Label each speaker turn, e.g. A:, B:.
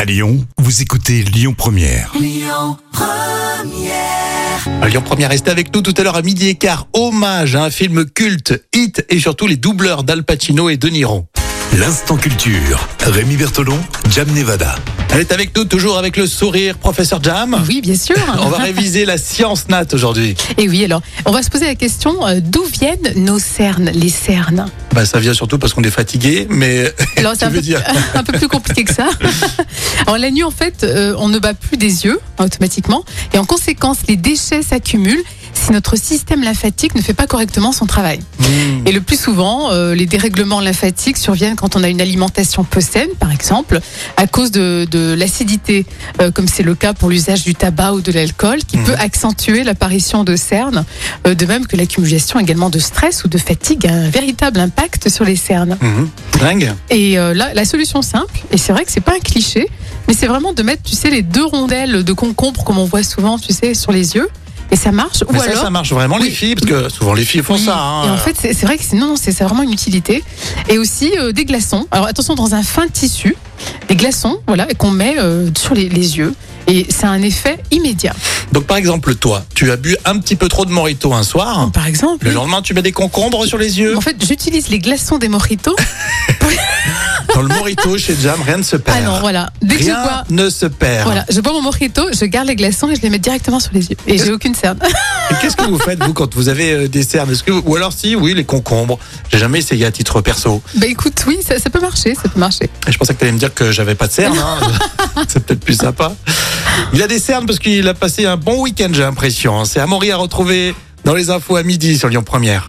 A: À Lyon, vous écoutez Lyon Première.
B: Lyon Première, restez avec nous tout à l'heure à midi et quart. Hommage à un film culte, hit et surtout les doubleurs d'Al Pacino et De Niro.
A: L'instant culture. Rémi Bertolon, Jam Nevada.
B: Elle est avec nous toujours avec le sourire, professeur Jam.
C: Oui, bien sûr.
B: On va réviser la science nat aujourd'hui.
C: Et oui, alors, on va se poser la question euh, d'où viennent nos cernes, les cernes
B: Bah, ça vient surtout parce qu'on est fatigué, mais
C: Alors, c'est
B: tu
C: un,
B: veux
C: peu-
B: dire
C: un peu plus compliqué que ça. Alors, la nuit, en fait, euh, on ne bat plus des yeux hein, automatiquement. Et en conséquence, les déchets s'accumulent si notre système lymphatique ne fait pas correctement son travail.
B: Hmm,
C: Et le plus souvent, euh, les dérèglements lymphatiques surviennent quand on a une alimentation peu saine, par exemple, à cause de, de l'acidité, euh, comme c'est le cas pour l'usage du tabac ou de l'alcool, qui
B: Mhm.
C: peut accentuer l'apparition de cernes, euh, de même que l'accumulation également de stress ou de fatigue a un véritable impact sur les cernes.
B: hmm. Dingue.
C: Et euh, là, la solution simple, et c'est vrai que c'est pas un cliché, mais c'est vraiment de mettre, tu sais, les deux rondelles de concombre, comme on voit souvent, tu sais, sur les yeux, et ça marche.
B: Mais
C: ou
B: ça,
C: alors,
B: ça marche vraiment les
C: Oui.
B: filles, parce que souvent les filles font
C: oui.
B: ça. hein.
C: Et en fait, c'est c'est vrai que c'est non, non, c'est c'est vraiment une utilité. Et aussi euh, des glaçons. Alors attention, dans un fin tissu, des glaçons, voilà, et qu'on met euh, sur les, les yeux. Et ça a un effet immédiat.
B: Donc par exemple toi, tu as bu un petit peu trop de Morito un soir.
C: Par
B: Oh.
C: exemple,
B: Le lendemain, tu mets des concombres sur les yeux.
C: en fait, j'utilise les glaçons des mojitos.
B: Dans le Morito chez Jam, rien ne se
C: Ah
B: perd.
C: non, voilà. Dès que je
B: Rien
C: bois.
B: ne se perd.
C: Voilà, je bois mon mojito, je garde les glaçons et je les mets directement sur les yeux. Et j'ai aucune cerne.
B: Et qu'est-ce que vous faites, vous, quand vous avez euh, des cernes Est-ce que vous- Ou alors, si, oui, les concombres. J'ai jamais essayé à titre perso.
C: bah écoute, oui, ça, ça peut marcher, ça peut marcher.
B: Et je pensais que tu allais me dire que j'avais pas de cernes. hein. C'est peut-être plus sympa. Il a des cernes parce qu'il a passé un bon week-end, j'ai l'impression. hein. C'est Amaury à retrouver dans les infos à midi sur Lyon Première.